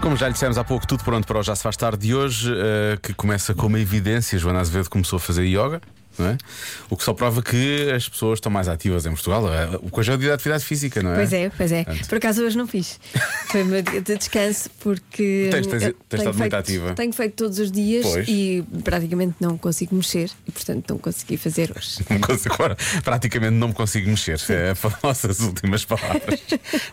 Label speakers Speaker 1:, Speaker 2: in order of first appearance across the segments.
Speaker 1: Como já lhe dissemos há pouco, tudo pronto para o Já Se Faz Tarde de hoje, eh, que começa com uma evidência. Joana Azevedo começou a fazer yoga, não é? O que só prova que as pessoas estão mais ativas em Portugal. eh, O que hoje é o dia da atividade física, não é?
Speaker 2: Pois é, pois é.
Speaker 1: Portanto.
Speaker 2: Por acaso hoje não fiz. Foi o meu dia de descanso porque.
Speaker 1: Tens- tens-
Speaker 2: eu
Speaker 1: tens estado muito
Speaker 2: feito,
Speaker 1: ativa.
Speaker 2: Tenho feito todos os dias
Speaker 1: Pois.
Speaker 2: e praticamente não consigo mexer e, portanto, não consegui fazer hoje.
Speaker 1: Não consigo- agora, praticamente não me consigo mexer. É, foram nossas últimas palavras.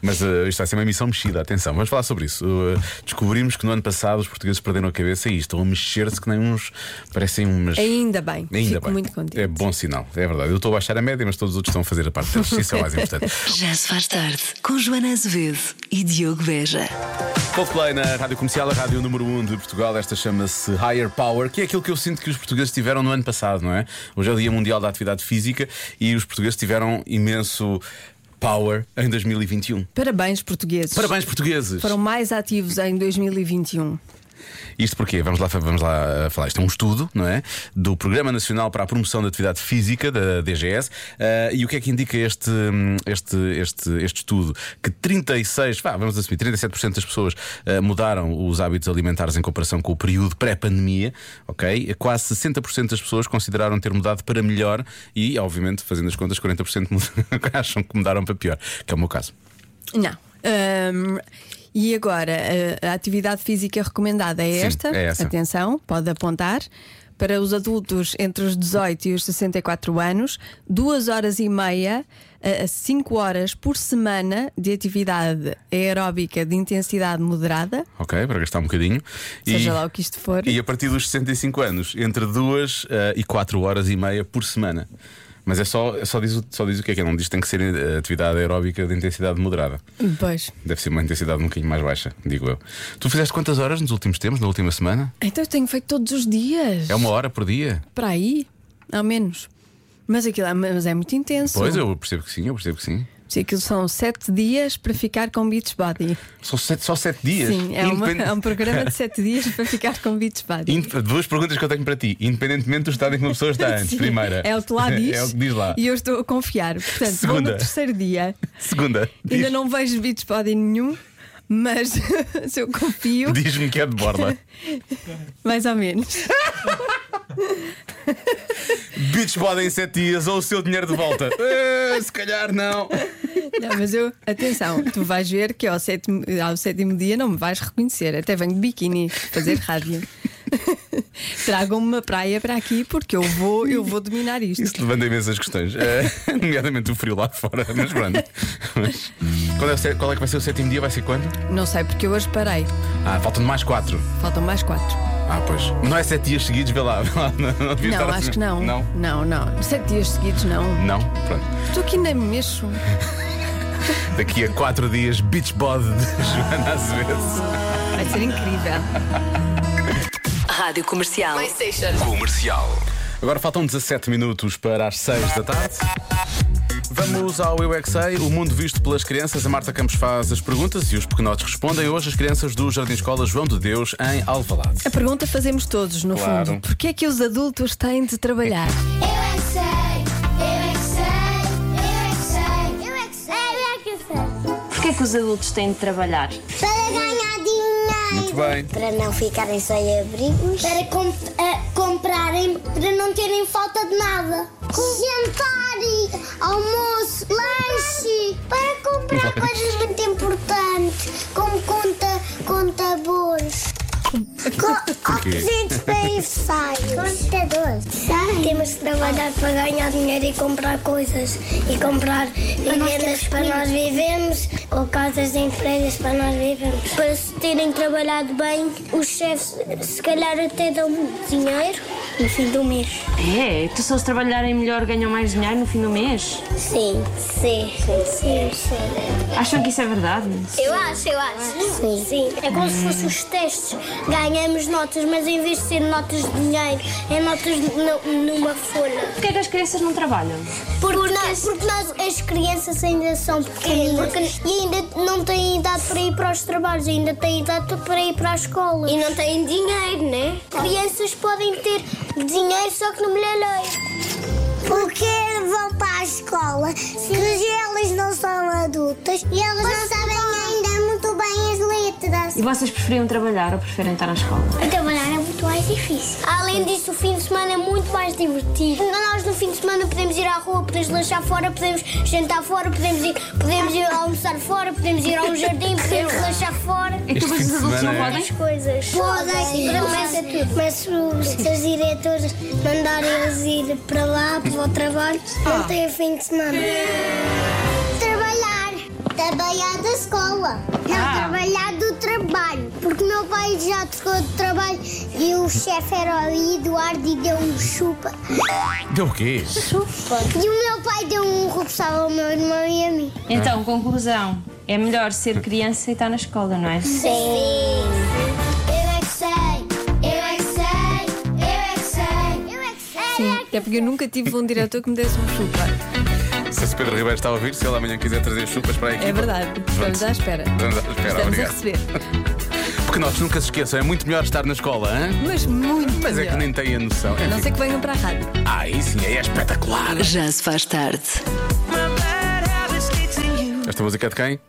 Speaker 1: Mas eh, isto vai ser uma missão mexida, atenção. Vamos falar sobre isso. Eh, descobrimos que no ano passado os portugueses perderam a cabeça e estão a mexer-se que nem uns. parecem umas.
Speaker 2: Ainda bem.
Speaker 1: Ainda
Speaker 2: Fico
Speaker 1: bem.
Speaker 2: muito contente.
Speaker 1: É bom sinal, é verdade. Eu estou a baixar a média, mas todos os outros estão a fazer a parte deles. Isso é o mais importante.
Speaker 3: Já se faz tarde com Joana Azevedo e Diogo Beja.
Speaker 1: Coldplay na Rádio Comercial, a Rádio número 1 de Portugal. Esta chama-se Higher Power, que é aquilo que eu sinto que os portugueses tiveram no ano passado, não é? Hoje é o Dia Mundial da Atividade Física e os portugueses tiveram imenso power em 2021.
Speaker 2: Parabéns, portugueses.
Speaker 1: Parabéns, portugueses!
Speaker 2: Foram mais ativos em 2021.
Speaker 1: Isto porquê? Vamos lá, vamos lá uh, falar. Isto é um estudo, não é? Do Programa Nacional para a Promoção da Atividade Física, da DGS. Uh, e o que é que indica este, hum, este, este, este estudo? Que 36, vá, vamos assumir, 37% das pessoas uh, mudaram os hábitos alimentares em comparação com o período pré-pandemia, ok? Eh, Quase 60% das pessoas consideraram ter mudado para melhor e, obviamente, fazendo as contas, 40% mud- acham que mudaram para pior, que é o meu caso.
Speaker 2: Não. Ahm, e agora, a- a, atividade física recomendada é
Speaker 1: Sim,
Speaker 2: esta.
Speaker 1: é essa.
Speaker 2: Atenção, pode apontar. Para os adultos entre os 18 e os 64 anos, 2 horas e meia a 5 horas por semana de atividade aeróbica de intensidade moderada,
Speaker 1: Ok, para gastar um bocadinho.
Speaker 2: seja
Speaker 1: E-
Speaker 2: lá o que isto for.
Speaker 1: E a partir dos 65 anos, entre 2 e 4 horas e meia por semana. Mas é só, é só, diz, o- só diz o que é que é, não diz que tem que ser eh, atividade aeróbica de intensidade moderada.
Speaker 2: Pois.
Speaker 1: Deve ser uma intensidade um bocadinho mais baixa, digo eu. Tu fizeste quantas horas nos últimos tempos, na última semana?
Speaker 2: Então eu tenho feito todos os dias.
Speaker 1: É uma hora por dia?
Speaker 2: Para aí, ao menos. Mas aquilo é- mas é muito intenso.
Speaker 1: Pois, eu percebo que sim, eu percebo que sim.
Speaker 2: Se aquilo são 7 dias para ficar com beach body.
Speaker 1: Só sete, só sete dias?
Speaker 2: Sim, é, uma-
Speaker 1: Independ-
Speaker 2: é um programa de 7 dias para ficar com beach body.
Speaker 1: Inde- Duas perguntas que eu tenho para ti, independentemente do estado em que uma pessoa está antes.
Speaker 2: Sim,
Speaker 1: Primeira.
Speaker 2: É o que lá diz.
Speaker 1: É o que diz lá.
Speaker 2: E eu estou a confiar. Portanto, vou
Speaker 1: Segunda.
Speaker 2: no terceiro dia.
Speaker 1: Segunda.
Speaker 2: Ainda
Speaker 1: diz-
Speaker 2: não vejo beach body nenhum, mas se eu confio,
Speaker 1: Diz-me que é de borla.
Speaker 2: mais ou menos.
Speaker 1: Beach body em 7 dias ou o seu dinheiro de volta? Eh, se calhar não.
Speaker 2: Não, mas eu, atenção, tu vais ver que ao sétimo, ao sétimo dia não me vais reconhecer. Até venho de biquíni fazer rádio. Tragam-me uma praia para aqui porque eu vou, eu vou dominar isto.
Speaker 1: Isso levanta imensas questões, Eh, nomeadamente o frio lá fora. Mas pronto. Mas, qual, é o sé- qual é que vai ser o sétimo dia? Vai ser quando?
Speaker 2: Não sei porque eu hoje parei.
Speaker 1: Ah, faltam mais 4.
Speaker 2: Faltam mais quatro.
Speaker 1: Ah, pois. Não é 7 dias seguidos, vê lá. vê lá, Não, não devia
Speaker 2: Não,
Speaker 1: estar a-
Speaker 2: acho que não.
Speaker 1: Não.
Speaker 2: não. não. Sete dias seguidos, não.
Speaker 1: Não, pronto.
Speaker 2: Tu aqui nem me mexo.
Speaker 1: Daqui a 4 dias, Beach Body de Joana Azevedo.
Speaker 2: Vai ser incrível.
Speaker 3: Rádio Comercial.
Speaker 1: Comercial. Agora faltam 17 minutos para as 6 da tarde. Vamos ao Eu é Que Sei, o mundo visto pelas crianças. A Marta Campos faz as perguntas e os pequenotes respondem. Hoje as crianças do Jardim Escola João de Deus em Alvalade.
Speaker 2: A pergunta fazemos todos, no
Speaker 1: Claro.
Speaker 2: fundo. Porquê é que os adultos têm de trabalhar?
Speaker 4: Eu é que sei, eu é que sei, eu é que sei, eu é que sei, eu é que sei.
Speaker 5: Porquê que os adultos têm de trabalhar?
Speaker 4: Para ganhar dinheiro.
Speaker 1: Muito bem.
Speaker 4: Para não ficarem sem abrigos. Para eh, comprarem, para não terem falta de nada. Jantar, almoço, lanche. Para comprar coisas muito importantes, como conta, contadores. Com presentes para ensaios. Computadores. Temos de trabalhar para ganhar dinheiro e comprar coisas. E comprar vivendas para nós vivemos. Ou casas de empresas para nós vivemos. Para se terem trabalhado bem, os chefes se calhar até dão dinheiro no fim do mês.
Speaker 5: É, tu se eles trabalharem melhor ganham mais dinheiro no fim do mês.
Speaker 4: Sim, sim, sim, sim.
Speaker 5: Acham que isso é verdade?
Speaker 4: Eu acho, eu acho. Sim. É como se fossem os testes. Ganhamos notas, mas em vez de ser notas de dinheiro, é notas nu- numa folha.
Speaker 5: Porquê é que as crianças não trabalham?
Speaker 4: Porque, nós, porque nós, as crianças ainda são pequenas e ainda não têm idade para ir para os trabalhos, ainda têm idade para ir para a escola. E não têm dinheiro, né? Crianças podem ter dinheiro só que no milheiro. Porque vão para a é escola, se elas não são adultas e elas não sabem ainda muito bem as letras.
Speaker 5: E vocês preferiam trabalhar ou preferem estar na escola?
Speaker 4: Trabalhar é muito mais difícil. Além disso, o fim de semana é muito mais divertido. Então, Nós no fim de semana podemos ir à rua, podemos lanchar fora, podemos jantar fora, podemos ir, podemos ir almoçar fora, podemos ir a um jardim, podemos lanchar fora.
Speaker 5: Então
Speaker 1: fim
Speaker 5: vocês
Speaker 1: de
Speaker 5: adultos não
Speaker 1: semana é-
Speaker 5: podem?
Speaker 4: coisas. Podem, começa tudo. Mas se os seus diretores mandarem eles ir para lá, para o trabalho, não têm fim de semana. Trabalhar. Ah. Trabalhar da escola. Não, trabalhar do trabalho. Porque meu pai já trocou de trabalho e o chefe era o Eduardo e deu um chupa.
Speaker 1: Deu É o quê?
Speaker 4: Chupa? E o meu pai deu um repousado ao meu irmão e a mim.
Speaker 5: Então, conclusão. É melhor ser criança e estar na escola, não é?
Speaker 4: Sim. Eu é que sei. Eu é que sei. Eu é que sei. Eu é que sei.
Speaker 2: Sim, até porque eu nunca tive um diretor que me desse um chupa.
Speaker 1: Se esse Pedro Ribeiro está a ouvir, se ele amanhã quiser trazer chupas para a equipa.
Speaker 2: É verdade. Estamos à espera.
Speaker 1: Estamos à espera,
Speaker 2: Estamos a
Speaker 1: obrigado.
Speaker 2: receber.
Speaker 1: Porque nós nunca se esqueçam, é muito melhor estar na escola, hein?
Speaker 2: Mas muito
Speaker 1: Mas é que
Speaker 2: melhor.
Speaker 1: nem têm a noção.
Speaker 2: A não
Speaker 1: Enfim.
Speaker 2: ser que venham para a rádio.
Speaker 1: Ah, aí sim, aí é espetacular.
Speaker 3: Já se faz tarde.
Speaker 1: Esta música é de quem?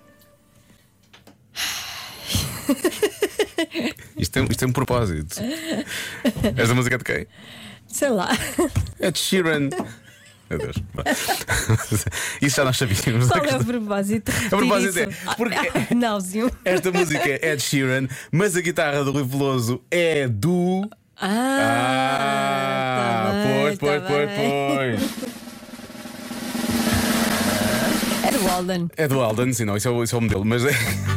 Speaker 1: Isto tem, isto tem um propósito. Esta música é de quem?
Speaker 2: Sei lá.
Speaker 1: É de Sheeran. Meu Deus. Bom. Isso já nós sabíamos.
Speaker 2: Qual é o propósito? O
Speaker 1: propósito é, porque-
Speaker 2: Ah, um Náuseo.
Speaker 1: Esta música é de Sheeran, mas a guitarra do Rui Veloso é do.
Speaker 2: Ah, tá bem,
Speaker 1: pois, pois,
Speaker 2: tá
Speaker 1: pois,
Speaker 2: bem.
Speaker 1: pois.
Speaker 2: Era o Alden.
Speaker 1: É do Alden, sim, não, isso é, o- isso é o modelo, mas é.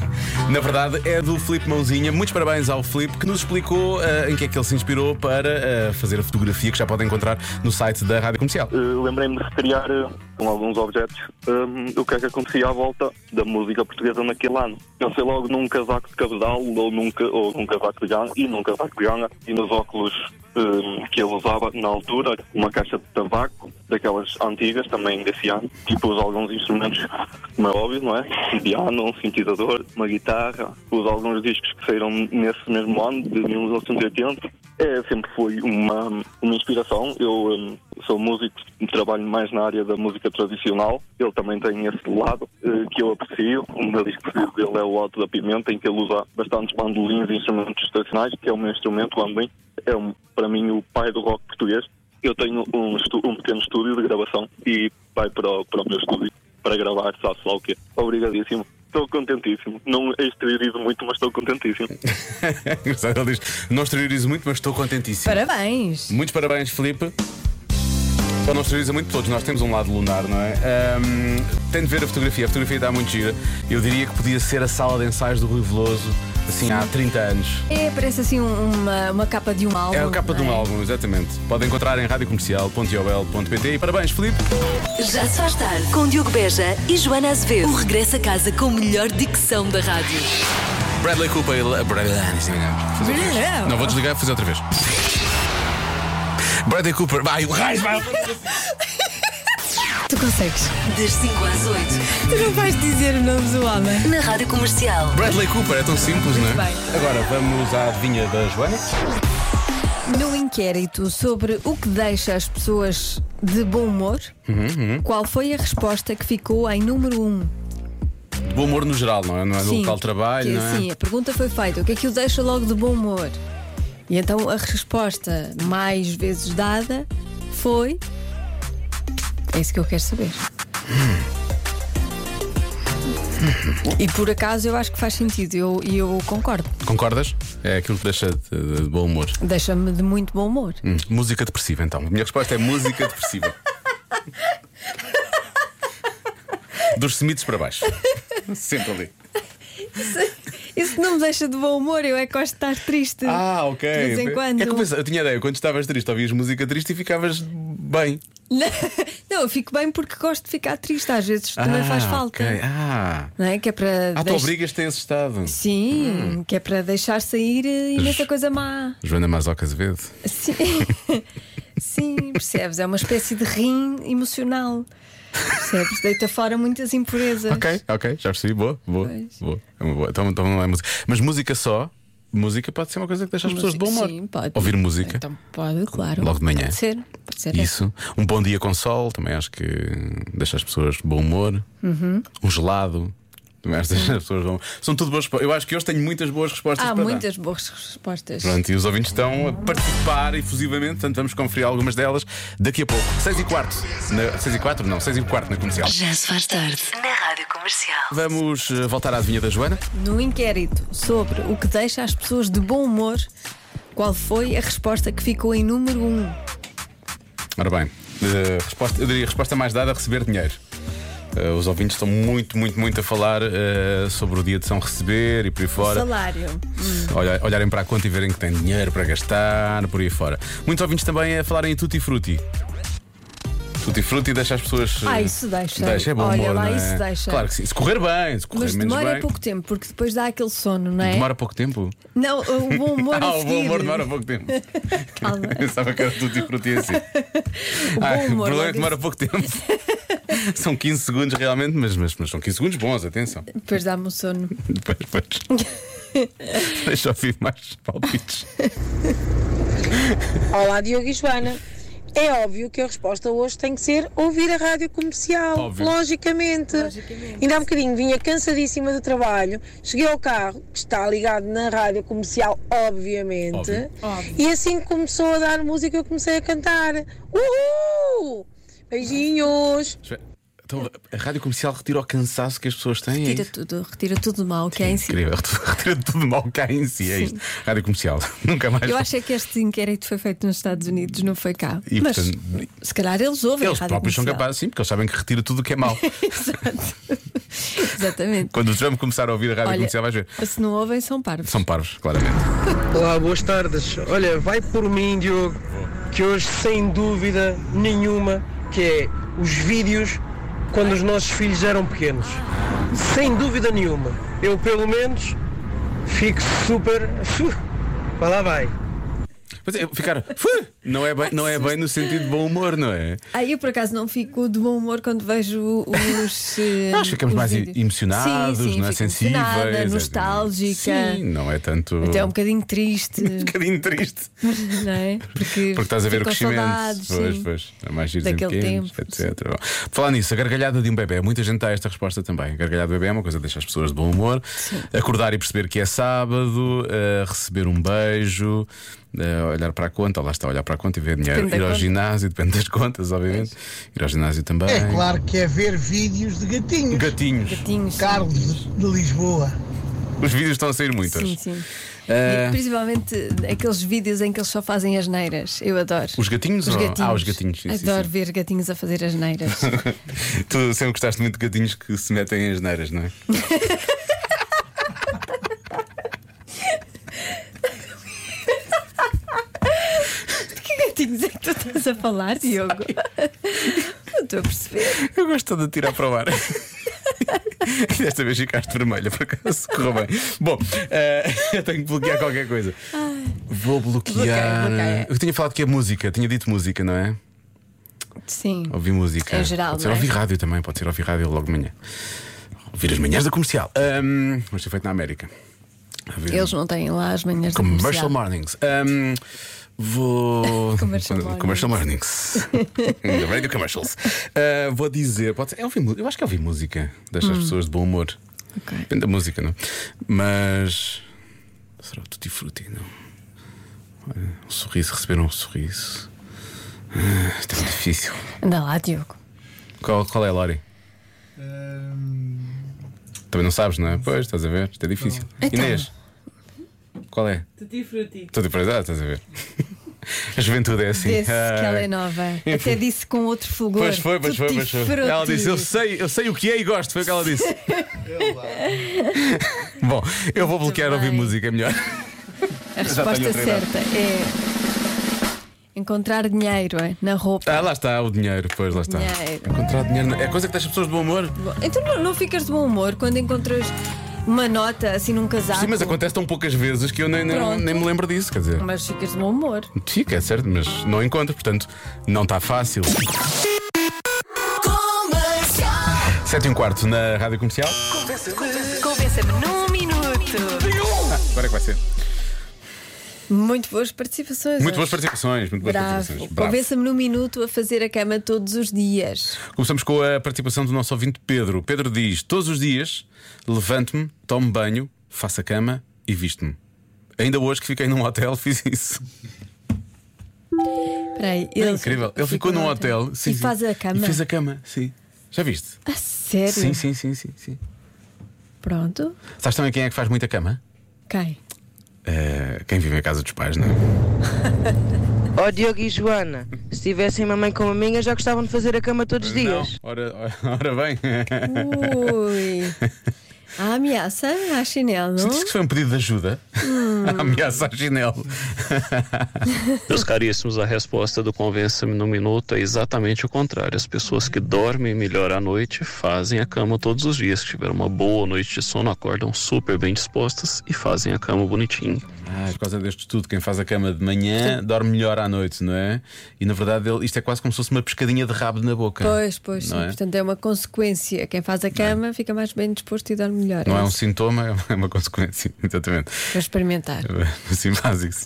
Speaker 1: Na verdade, é do Filipe Mãozinha. Muitos parabéns ao Filipe que nos explicou ah, em que é que ele se inspirou para ah, fazer a fotografia que já podem encontrar no site da Rádio Comercial.
Speaker 6: Eh, lembrei-me de recriar eh, com alguns objetos hum, o que é que acontecia à volta da música portuguesa naquele ano. Pensei logo num casaco de cabedal ou num, ca- ou num casaco de ganga e num casaco de ganga e nos óculos hum, que ele usava na altura, uma caixa de tabaco, daquelas antigas também desse ano, e pus alguns instrumentos, como é óbvio, não é? Um piano, um sintetizador, uma guitarra, pus alguns discos que saíram nesse mesmo ano, de 1980, é, sempre foi uma, uma inspiração. Eu hum, sou músico, trabalho mais na área da música tradicional. Ele também tem esse lado eh, que eu aprecio. Um meu disco preferido dele é o Alto da Pimenta, em que ele usa bastantes bandolins e instrumentos tradicionais, que é o meu instrumento, o Ambeim. É, um- para mim, o pai do rock português. Eu tenho um, estu- um pequeno estúdio de gravação e vai para o, para o meu estúdio para gravar, sabe-se lá o quê. Obrigadíssimo. Estou contentíssimo. Não exteriorizo muito, mas estou contentíssimo.
Speaker 1: Gostei, Ele diz: Não exteriorizo muito, mas estou contentíssimo.
Speaker 2: Parabéns.
Speaker 1: Muitos parabéns, Filipe. Só não exterioriza muito todos, nós temos um lado lunar, não é? Ahm, tem de ver a fotografia, a fotografia dá muito gira. Eu diria que podia ser a sala de ensaios do Rui Veloso, assim, há 30 anos.
Speaker 2: É, parece assim um- uma, uma capa de um álbum.
Speaker 1: É a capa de um
Speaker 2: não é?
Speaker 1: álbum, exatamente. Podem encontrar em radiocomercial.iol.pt e parabéns, Filipe.
Speaker 3: Já se faz tarde. Com Diogo Beja e Joana Azevedo. O regresso a casa com a melhor dicção da rádio.
Speaker 1: Bradley Cooper e Le- Bradley ah, Fazer outra vez.
Speaker 2: Bradley.
Speaker 1: Não vou desligar, vou fazer outra vez. Bradley Cooper, vai, o raio, vai.
Speaker 2: Tu consegues.
Speaker 3: Das 5 às 8.
Speaker 2: Tu não vais dizer o nome do homem.
Speaker 3: Na rádio comercial.
Speaker 1: Bradley Cooper, é tão simples, não é?
Speaker 2: bem.
Speaker 1: Agora vamos à adivinha da Joana.
Speaker 2: No inquérito sobre o que deixa as pessoas de bom humor,
Speaker 1: Uhum,
Speaker 2: qual foi a resposta que ficou em número 1? Um?
Speaker 1: De bom humor no geral, não é? Não é no local de trabalho,
Speaker 2: que-
Speaker 1: não é?
Speaker 2: Sim, a pergunta foi feita: o que é que o deixa logo de bom humor? E então a resposta mais vezes dada foi. É isso que eu quero saber.
Speaker 1: Hum.
Speaker 2: E por acaso eu acho que faz sentido, e eu, e eu concordo.
Speaker 1: Concordas? É aquilo que deixa de, de bom humor.
Speaker 2: Deixa-me de muito bom humor.
Speaker 1: Hum, Música depressiva, então. A minha resposta é música depressiva. Dos semites para baixo. Sempre ali.
Speaker 2: Isso não me deixa de bom humor, eu é que gosto de estar triste.
Speaker 1: Ah, ok.
Speaker 2: De vez em quando.
Speaker 1: É que eu, pensava- eu tinha ideia, quando estavas triste, ouvias música triste e ficavas bem.
Speaker 2: Não, eu fico bem porque gosto de ficar triste, às vezes também
Speaker 1: Ah,
Speaker 2: faz falta.
Speaker 1: ok. Ah,
Speaker 2: Não é? Que é para.
Speaker 1: ah Hum. tu
Speaker 2: deix-
Speaker 1: obrigas-te a esse estado.
Speaker 2: Sim, que é para deixar sair eh, imensa coisa má.
Speaker 1: Joana Mazoca Azevedo.
Speaker 2: Sim. Sim, percebes? É uma espécie de rim emocional. Percebes? Deita fora muitas impurezas.
Speaker 1: Ok, ok, já percebi. Boa, boa.
Speaker 2: Pois.
Speaker 1: boa. É uma boa. Então, então não é música. Mas música só, música pode ser uma coisa que deixa as pessoas de bom humor.
Speaker 2: Sim, pode.
Speaker 1: Ouvir música.
Speaker 2: Então é pode, claro.
Speaker 1: Logo de manhã.
Speaker 2: Pode ser. Pode ser.
Speaker 1: Isso. Um bom
Speaker 2: Uhum.
Speaker 1: dia com sol, também acho que deixa as pessoas de bom humor. Um gelado. Estas pessoas vão. São tudo boas respostas. Eu acho que hoje tenho muitas boas respostas
Speaker 2: Há
Speaker 1: para dar.
Speaker 2: Ah, muitas boas respostas.
Speaker 1: Pronto, e os ouvintes estão a participar efusivamente, portanto vamos conferir algumas delas daqui a pouco. 6 e quarto. Na, 6 e 4? Não, 6 e quarto na comercial.
Speaker 3: Já se faz tarde na Rádio Comercial.
Speaker 1: Vamos eh, voltar à adivinha da Joana.
Speaker 2: No inquérito sobre o que deixa as pessoas de bom humor, qual foi a resposta que ficou em número 1? Um?
Speaker 1: Ora bem, eh, resposta, eu diria resposta mais dada: receber dinheiro. Eh, os ouvintes estão muito, muito, muito a falar eh, sobre o dia de São Receber e por aí fora.
Speaker 2: Salário.
Speaker 1: Olha- olharem para a conta e verem que têm dinheiro para gastar, por aí fora. Muitos ouvintes também a falarem em Tutti Frutti. Tutti Frutti deixa as pessoas.
Speaker 2: Ah,
Speaker 1: eh,
Speaker 2: isso deixa.
Speaker 1: Deixa, é bom
Speaker 2: Olha
Speaker 1: humor,
Speaker 2: lá,
Speaker 1: não é?
Speaker 2: isso deixa.
Speaker 1: Claro que sim. Se correr bem, se correr
Speaker 2: Mas
Speaker 1: menos
Speaker 2: demora
Speaker 1: bem.
Speaker 2: pouco tempo, porque depois dá aquele sono, não é?
Speaker 1: Demora pouco tempo?
Speaker 2: Não, o bom humor
Speaker 1: ah,
Speaker 2: a
Speaker 1: o
Speaker 2: seguir.
Speaker 1: bom humor demora pouco tempo.
Speaker 2: Calma.
Speaker 1: Pensava que era tudo tipo Frutti assim.
Speaker 2: O
Speaker 1: Ah,
Speaker 2: bom
Speaker 1: o problema
Speaker 2: humor logo
Speaker 1: é que demora pouco tempo. são 15 segundos realmente, mas, mas, mas são 15 segundos bons, atenção.
Speaker 2: Depois dá-me o sono.
Speaker 1: Depois, depois. Deixa eu ouvir mais palpites.
Speaker 7: Olá, Diogo e Joana. É óbvio que a resposta hoje tem que ser ouvir a rádio comercial,
Speaker 1: Óbvio.
Speaker 7: logicamente. Ainda há bocadinho vinha cansadíssima do trabalho, cheguei ao carro, que está ligado na rádio comercial, obviamente,
Speaker 1: Óbvio.
Speaker 7: e assim que começou a dar música eu comecei a cantar. Uhul! Beijinhos!
Speaker 1: Então, a rádio comercial retira o cansaço que as pessoas têm. é
Speaker 2: Retira
Speaker 1: isso?
Speaker 2: tudo, retira tudo mal que é em si.
Speaker 1: Incrível, retira tudo mal cá em si, é isto. Rádio comercial, nunca mais.
Speaker 2: Eu acho é que este inquérito foi feito nos Estados Unidos, não foi cá.
Speaker 1: E,
Speaker 2: Mas
Speaker 1: portanto,
Speaker 2: se calhar eles ouvem. a
Speaker 1: Eles
Speaker 2: rádio
Speaker 1: próprios são
Speaker 2: comercial.
Speaker 1: capazes, sim, porque eles sabem que retira tudo o que é mau.
Speaker 2: Exato. Exatamente.
Speaker 1: Quando o Trump começar a ouvir a rádio
Speaker 2: Olha,
Speaker 1: comercial, vais ver.
Speaker 2: se não ouvem, são parvos.
Speaker 1: São parvos, claramente.
Speaker 8: Olá, boas tardes. Olha, vai por mim, Diogo, que hoje, sem dúvida nenhuma, que é os vídeos quando os nossos filhos eram pequenos. Sem dúvida nenhuma. Eu, pelo menos, fico super... Vai lá, vai.
Speaker 1: Mas é, ficar. "Fu!" Não é, bem, não é bem no sentido de bom humor, não é?
Speaker 2: Aí eu por acaso não fico de bom humor quando vejo os. eh,
Speaker 1: Nós ficamos
Speaker 2: os
Speaker 1: mais
Speaker 2: vídeos.
Speaker 1: emocionados,
Speaker 2: sim, sim,
Speaker 1: não é?
Speaker 2: fico
Speaker 1: Sensíveis.
Speaker 2: emocionada,
Speaker 1: é-
Speaker 2: nostálgica.
Speaker 1: Sim, não é tanto.
Speaker 2: Até um bocadinho triste,
Speaker 1: um bocadinho triste.
Speaker 2: não é? Porque,
Speaker 1: Porque estás a ver o
Speaker 2: fico com
Speaker 1: crescimento.
Speaker 2: saudades,
Speaker 1: pois,
Speaker 2: sim.
Speaker 1: pois. É mais giro
Speaker 2: Daquele tempo,
Speaker 1: etc. Bom, Falar nisso, a gargalhada de um bebê. Muita gente dá esta resposta também. A gargalhada do bebê é uma coisa que deixa as pessoas de bom humor. Acordar e perceber que é sábado, eh, receber um beijo, eh, olhar para a conta, lá está, olhar para a conta e ver dinheiro.
Speaker 2: Depende
Speaker 1: ir
Speaker 2: da
Speaker 1: ao
Speaker 2: conta.
Speaker 1: ginásio, depende das contas, obviamente. Ir ao ginásio também.
Speaker 9: É claro que é ver vídeos de gatinhos.
Speaker 1: Gatinhos.
Speaker 2: Gatinhos.
Speaker 9: Carlos de- de Lisboa.
Speaker 1: Os vídeos estão a sair muitos.
Speaker 2: Sim, sim.
Speaker 1: Eh,
Speaker 2: E principalmente aqueles vídeos em que eles só fazem as neiras. Eu adoro.
Speaker 1: Os gatinhos
Speaker 2: Os
Speaker 1: ou-
Speaker 2: gatinhos.
Speaker 1: Ah, os gatinhos, sim, sim,
Speaker 2: adoro
Speaker 1: sim.
Speaker 2: ver gatinhos a fazer as neiras.
Speaker 1: tu sempre gostaste muito de gatinhos que se metem em asneiras, não é?
Speaker 2: que gatinhos é que tu estás a falar, Diogo? Não estou a perceber.
Speaker 1: Eu gosto de tirar para o ar. Desta vez ficaste vermelha, por acaso correu bem. Bom, eh, eu tenho que bloquear qualquer coisa. Vou bloquear.
Speaker 2: Bloqueia, bloqueia.
Speaker 1: Eu tinha falado que é música, tinha dito música, não é?
Speaker 2: Sim.
Speaker 1: Ouvi música.
Speaker 2: Em geral,
Speaker 1: pode ser
Speaker 2: não é?
Speaker 1: ouvir rádio também, pode ser ouvir rádio logo de manhã. Ouvir as manhãs da comercial. Ahm, mas foi feito na América. Ouvir-
Speaker 2: Eles não têm lá as manhãs de
Speaker 1: Commercial
Speaker 2: comercial.
Speaker 1: Mornings. Ahm, vou.
Speaker 2: Commercial Mornings.
Speaker 1: commercial Mornings. The Radio é Commercials. Ah, vou dizer. Pode ser, é ouvir mu- eu acho que é ouvir música. Deixa as pessoas de bom humor.
Speaker 2: Hum. Ok.
Speaker 1: Depende da música, não? Mas. Será o Tutti Frutti, não? Olha, um sorriso, receber um sorriso. Ah, isto é muito difícil.
Speaker 2: Anda lá, Diogo.
Speaker 1: Qual, qual é, Lori? Também não sabes, não é? Pois, estás a ver? Isto é difícil.
Speaker 2: Então.
Speaker 1: Inês, qual é? Tutti frutti. Tutti frutti, ah, estás a ver? A juventude é assim.
Speaker 2: Desse que ela
Speaker 1: Ai.
Speaker 2: é nova.
Speaker 1: Enfim.
Speaker 2: Até disse com outro fulgor.
Speaker 1: Pois foi, pois foi,
Speaker 2: Tutti
Speaker 1: pois foi.
Speaker 2: frutti.
Speaker 1: Ela disse: eu sei, eu sei o que é e gosto. Foi o que ela disse. Bom, eu vou bloquear ouvir
Speaker 2: bem.
Speaker 1: música, é melhor.
Speaker 2: A
Speaker 1: tenho
Speaker 2: resposta
Speaker 1: outra idade.
Speaker 2: certa é encontrar dinheiro é, na roupa.
Speaker 1: Ah, lá está o dinheiro, pois lá está.
Speaker 2: Dinheiro.
Speaker 1: Encontrar dinheiro na- é coisa que deixa as pessoas de bom humor.
Speaker 2: Então não, não ficas de bom humor quando encontras uma nota assim num casaco.
Speaker 1: Sim, mas acontece tão poucas vezes que eu nem, nem,
Speaker 2: Pronto.
Speaker 1: nem me lembro disso, quer dizer.
Speaker 2: Mas ficas de bom humor.
Speaker 1: Fica, é certo, mas não encontro, portanto, não está fácil. 7 e um quarto na rádio comercial.
Speaker 3: Convença-me num minuto.
Speaker 1: Agora é que vai ser.
Speaker 2: Muito boas participações.
Speaker 1: Muito boas
Speaker 2: hoje.
Speaker 1: participações, muito boas
Speaker 2: é. Bravo.
Speaker 1: participações. Bravo.
Speaker 2: Convença-me num minuto a fazer a cama todos os dias.
Speaker 1: Começamos com a participação do nosso ouvinte Pedro. Pedro diz: Todos os dias levanto-me, tomo banho, faço a cama e visto-me. Ainda hoje que fiquei num hotel, fiz isso.
Speaker 2: Espera aí,
Speaker 1: É incrível. Ele ficou num hotel, sim,
Speaker 2: e
Speaker 1: sim.
Speaker 2: faz a cama.
Speaker 1: E fez a cama, sim. Já viste?
Speaker 2: A sério?
Speaker 1: Sim, sim, sim, sim, sim.
Speaker 2: Pronto.
Speaker 1: Sabes também quem é que faz muita cama?
Speaker 2: Quem?
Speaker 1: Eh, quem vive em casa dos pais, não é?
Speaker 10: Ó Diogo e Joana, se tivessem uma mãe como a minha, já gostavam de fazer a cama todos os
Speaker 1: Não,
Speaker 10: dias.
Speaker 1: ora, ora bem.
Speaker 2: Ui. Ah, A ameaça à é chinelo.
Speaker 1: Sentiste que foi um pedido de ajuda? Hum. Ameaça a chinelo.
Speaker 11: Meus caríssimos, a resposta do Convença-me no Minuto é exatamente o contrário. As pessoas que dormem melhor à noite fazem a cama todos os dias. Que tiveram uma boa noite de sono, acordam super bem dispostas e fazem a cama bonitinho.
Speaker 1: Ah, por causa deste estudo, quem faz a cama de manhã dorme melhor à noite, não é? E na verdade ele- isto é quase como se fosse uma pescadinha de rabo na boca.
Speaker 2: Pois, pois, sim.
Speaker 1: Não é?
Speaker 2: Portanto, é uma consequência. Quem faz a cama fica mais bem disposto e dorme melhor.
Speaker 1: Não é um
Speaker 2: isso.
Speaker 1: sintoma, é uma- é uma consequência. Exatamente.
Speaker 2: Para é experimentar.
Speaker 1: Assim básico.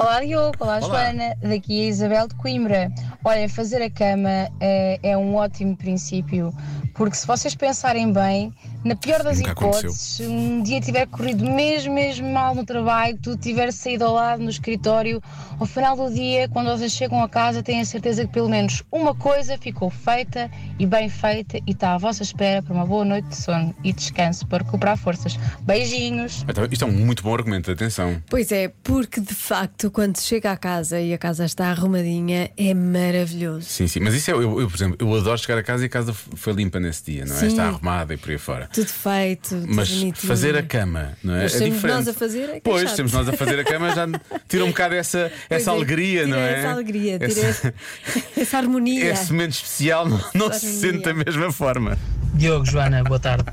Speaker 12: Olá Diogo, olá, Joana, daqui é a Isabel de Coimbra. Olha, fazer a cama eh, é, um ótimo princípio, porque se vocês pensarem bem, na pior das
Speaker 13: Nunca
Speaker 12: hipóteses,
Speaker 13: aconteceu.
Speaker 12: se um dia tiver corrido mesmo, mesmo mal no trabalho, tudo tiver saído ao lado no escritório, ao final do dia, quando vocês chegam a casa, têm a certeza que pelo menos uma coisa ficou feita e bem feita e está à vossa espera para uma boa noite de sono e descanso para recuperar forças. Beijinhos!
Speaker 1: Ah, tá bem. Isto é um muito bom argumento, atenção.
Speaker 2: Pois é, porque de facto, quando se chega à casa e a casa está arrumadinha, é maravilhoso.
Speaker 1: Sim, sim. Mas isso é, eu, eu, por exemplo, eu adoro chegar a casa e a casa f- foi limpa nesse dia, não é?
Speaker 2: Sim.
Speaker 1: Está arrumada e por aí fora.
Speaker 2: Tudo feito, tudo
Speaker 1: Mas
Speaker 2: bonitinho.
Speaker 1: fazer a cama, não é?
Speaker 2: Mas
Speaker 1: é
Speaker 2: temos
Speaker 1: diferente.
Speaker 2: nós a fazer, é que é
Speaker 1: Pois,
Speaker 2: chato.
Speaker 1: temos nós a fazer a cama, já tira um bocado essa,
Speaker 2: Pois
Speaker 1: essa
Speaker 2: é,
Speaker 1: alegria, não
Speaker 2: tira
Speaker 1: é?
Speaker 2: Essa alegria, tira
Speaker 1: Essa-
Speaker 2: essa, essa harmonia.
Speaker 1: Esse momento especial não, não
Speaker 2: Essa
Speaker 1: se sente da
Speaker 2: harmonia.
Speaker 1: mesma forma.
Speaker 14: Diogo, Joana, boa tarde.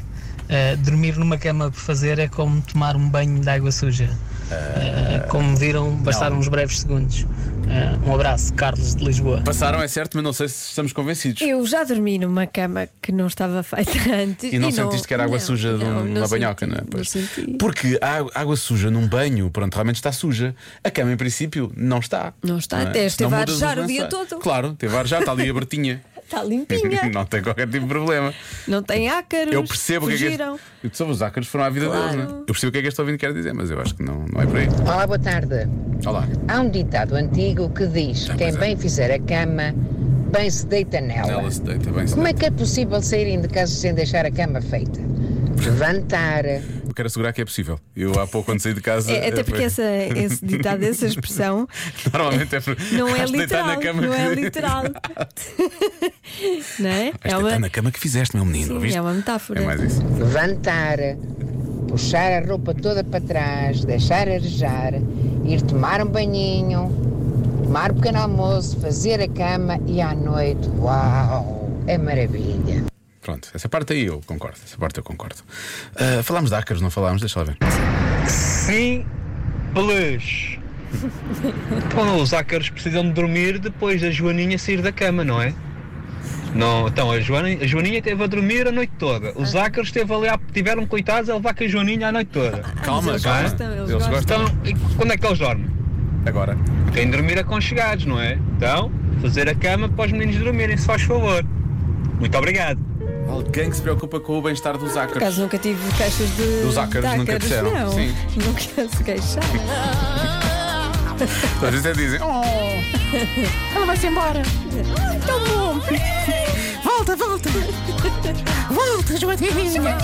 Speaker 14: Eh, dormir numa cama por fazer é como tomar um banho de água suja. Eh, como viram, bastaram uns breves segundos. Eh, um abraço, Carlos de Lisboa.
Speaker 1: Passaram, é certo, mas não sei se estamos convencidos.
Speaker 2: Eu já dormi numa cama que não estava feita antes.
Speaker 1: E não sentiste que era água
Speaker 2: não,
Speaker 1: suja de um-
Speaker 2: não,
Speaker 1: numa
Speaker 2: não
Speaker 1: banhoca,
Speaker 2: senti,
Speaker 1: não é? Pois.
Speaker 2: senti.
Speaker 1: Porque a água- água suja num banho, pronto, realmente está suja. A cama, em princípio, não está.
Speaker 2: Não está,
Speaker 1: é? Senão
Speaker 2: até esteve a
Speaker 1: mudas os
Speaker 2: arejar o dia
Speaker 1: lençóis.
Speaker 2: todo.
Speaker 1: Claro, teve a arejar, está ali abertinha.
Speaker 2: Está Tá limpinha,
Speaker 1: não tem qualquer tipo de problema.
Speaker 2: não tem ácaros.
Speaker 1: Eu percebo o que é que. este-
Speaker 2: fugiram.
Speaker 1: Eu percebo, os ácaros foram à vida
Speaker 2: Claro.
Speaker 1: deles, não é? Eu percebo o que é que este ouvinte quer dizer, mas eu acho que não, não é por aí.
Speaker 15: Olá, boa tarde.
Speaker 1: Olá.
Speaker 15: Há um ditado antigo que diz: quem bem fizer a cama, bem se deita nela.
Speaker 1: Ela se deita bem.
Speaker 15: Como é que é possível saírem de casa sem deixar a cama feita? Levantar.
Speaker 1: Eu quero assegurar que é possível. Eu há pouco, quando saí de casa.
Speaker 2: É, até
Speaker 1: eh,
Speaker 2: porque
Speaker 1: foi-
Speaker 2: essa, esse ditado, essa expressão,
Speaker 1: Normalmente é por-
Speaker 2: não é
Speaker 1: vais deitar
Speaker 2: literal.
Speaker 1: na cama
Speaker 2: Não é
Speaker 1: que-
Speaker 2: literal.
Speaker 1: Vais
Speaker 2: não é? É
Speaker 1: deitar
Speaker 2: uma,
Speaker 1: na cama que fizeste, meu menino.
Speaker 2: sim,
Speaker 1: ouviste?
Speaker 2: é uma metáfora.
Speaker 1: É mais isso.
Speaker 15: Levantar. Puxar a roupa toda para trás, deixar arejar, ir tomar um banhinho, tomar um pequeno almoço, fazer a cama e à noite, uau, é maravilha.
Speaker 1: Pronto, essa parte aí eu concordo. Essa parte eu concordo. Ah, falámos de ácaros, não falámos? Deixa lá ver.
Speaker 8: Simples. Então, os ácaros precisam de dormir depois da Joaninha sair da cama, não é? Não, então a, Joana, a Joaninha esteve a dormir a noite toda. Os ácaros esteve ali a- tiveram coitados a levar com a Joaninha a noite toda.
Speaker 1: Calma, eles calma. gostam, eles Eles gostam.
Speaker 8: Então, e quando é que eles dormem?
Speaker 1: Agora.
Speaker 8: Têm de dormir aconchegados, não é? Então, fazer a cama para os meninos dormirem, se faz favor. Muito obrigado.
Speaker 1: Alguém que se preocupa com o bem-estar dos
Speaker 2: Por
Speaker 1: ácaros.
Speaker 2: acaso nunca tive caixas de.
Speaker 1: Dos ácaros
Speaker 2: de
Speaker 1: nunca disseram,
Speaker 2: Não,
Speaker 1: sim.
Speaker 2: nunca se queixaram.
Speaker 1: Às vezes até dizem. "Oh,
Speaker 2: Ela vai-se embora. Tão bom. Volta, volta. Volta, Joaninha.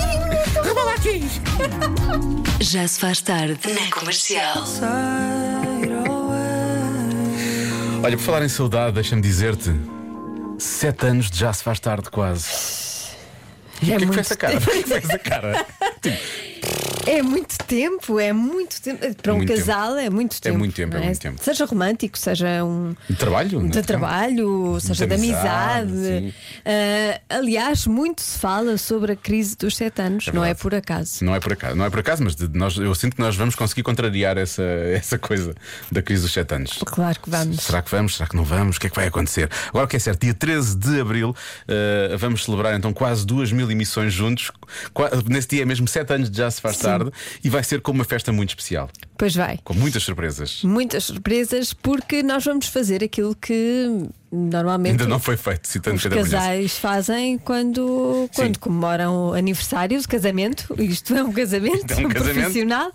Speaker 2: Rebola aqui.
Speaker 3: Já se faz tarde na comercial.
Speaker 1: Olha, por falar em saudade, deixa-me dizer-te. Sete anos de já se faz tarde quase. E o que é que foi essa cara? O que é que foi essa cara?
Speaker 2: É muito tempo, é muito tempo. Para um
Speaker 1: Muito
Speaker 2: casal é muito tempo.
Speaker 1: muito tempo, é
Speaker 2: não
Speaker 1: muito tempo.
Speaker 2: Seja romântico, seja um.
Speaker 1: De trabalho?
Speaker 2: De
Speaker 1: né?
Speaker 2: trabalho, seja de amizade.
Speaker 1: amizade, sim.
Speaker 2: Ah, aliás, muito se fala sobre a crise dos sete anos, não é por acaso.
Speaker 1: Não é por acaso, não é por acaso, mas de- nós, eu sinto que nós vamos conseguir contrariar essa, essa coisa da crise dos sete anos.
Speaker 2: Claro que vamos.
Speaker 1: Será que vamos? Será que não vamos? O que é que vai acontecer? Agora o que é certo, dia 13 de Abril eh, vamos celebrar então quase duas mil emissões juntos. Qua- nesse dia é mesmo sete anos de já se faz
Speaker 2: Sim,
Speaker 1: tarde e vai ser como uma festa muito especial.
Speaker 2: Pois vai.
Speaker 1: Com muitas surpresas.
Speaker 2: Muitas surpresas, porque nós vamos fazer aquilo que normalmente
Speaker 1: Ainda não foi feito, citando
Speaker 2: os
Speaker 1: Pedro Brunhosa.
Speaker 2: casais fazem quando, quando comemoram o aniversário de casamento. Isto é um casamento,
Speaker 1: É um casamento.
Speaker 2: profissional.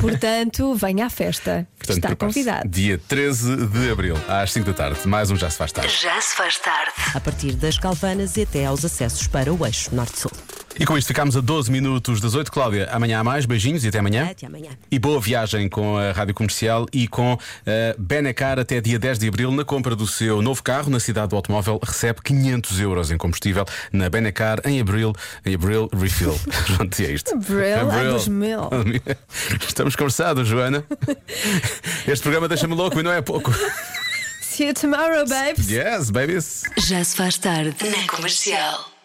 Speaker 2: Portanto, venha à festa.
Speaker 1: Portanto,
Speaker 2: Está
Speaker 1: prepare-se.
Speaker 2: convidado.
Speaker 1: Dia 13 de abril, às 5 da tarde. Mais um Já Se Faz Tarde.
Speaker 3: Já se faz tarde.
Speaker 13: A partir das Calvanas e até aos acessos para o eixo norte-sul.
Speaker 1: E com isto ficamos a 12 minutos das 8. Cláudia, amanhã há mais. Beijinhos e até amanhã.
Speaker 13: Até amanhã.
Speaker 1: E boa viagem com a Rádio Comercial e com a Benacar até dia 10 de Abril. Na compra do seu novo carro, na cidade do automóvel, recebe 500 euros em combustível. Na Benacar, em Abril, em Abril Refill. Pronto, e é isto.
Speaker 2: Abril, há 2000.
Speaker 1: Estamos conversados, Joana. Este programa deixa-me louco e não é pouco.
Speaker 2: See you tomorrow, babes.
Speaker 1: Yes, babies.
Speaker 3: Já se faz tarde. Na comercial.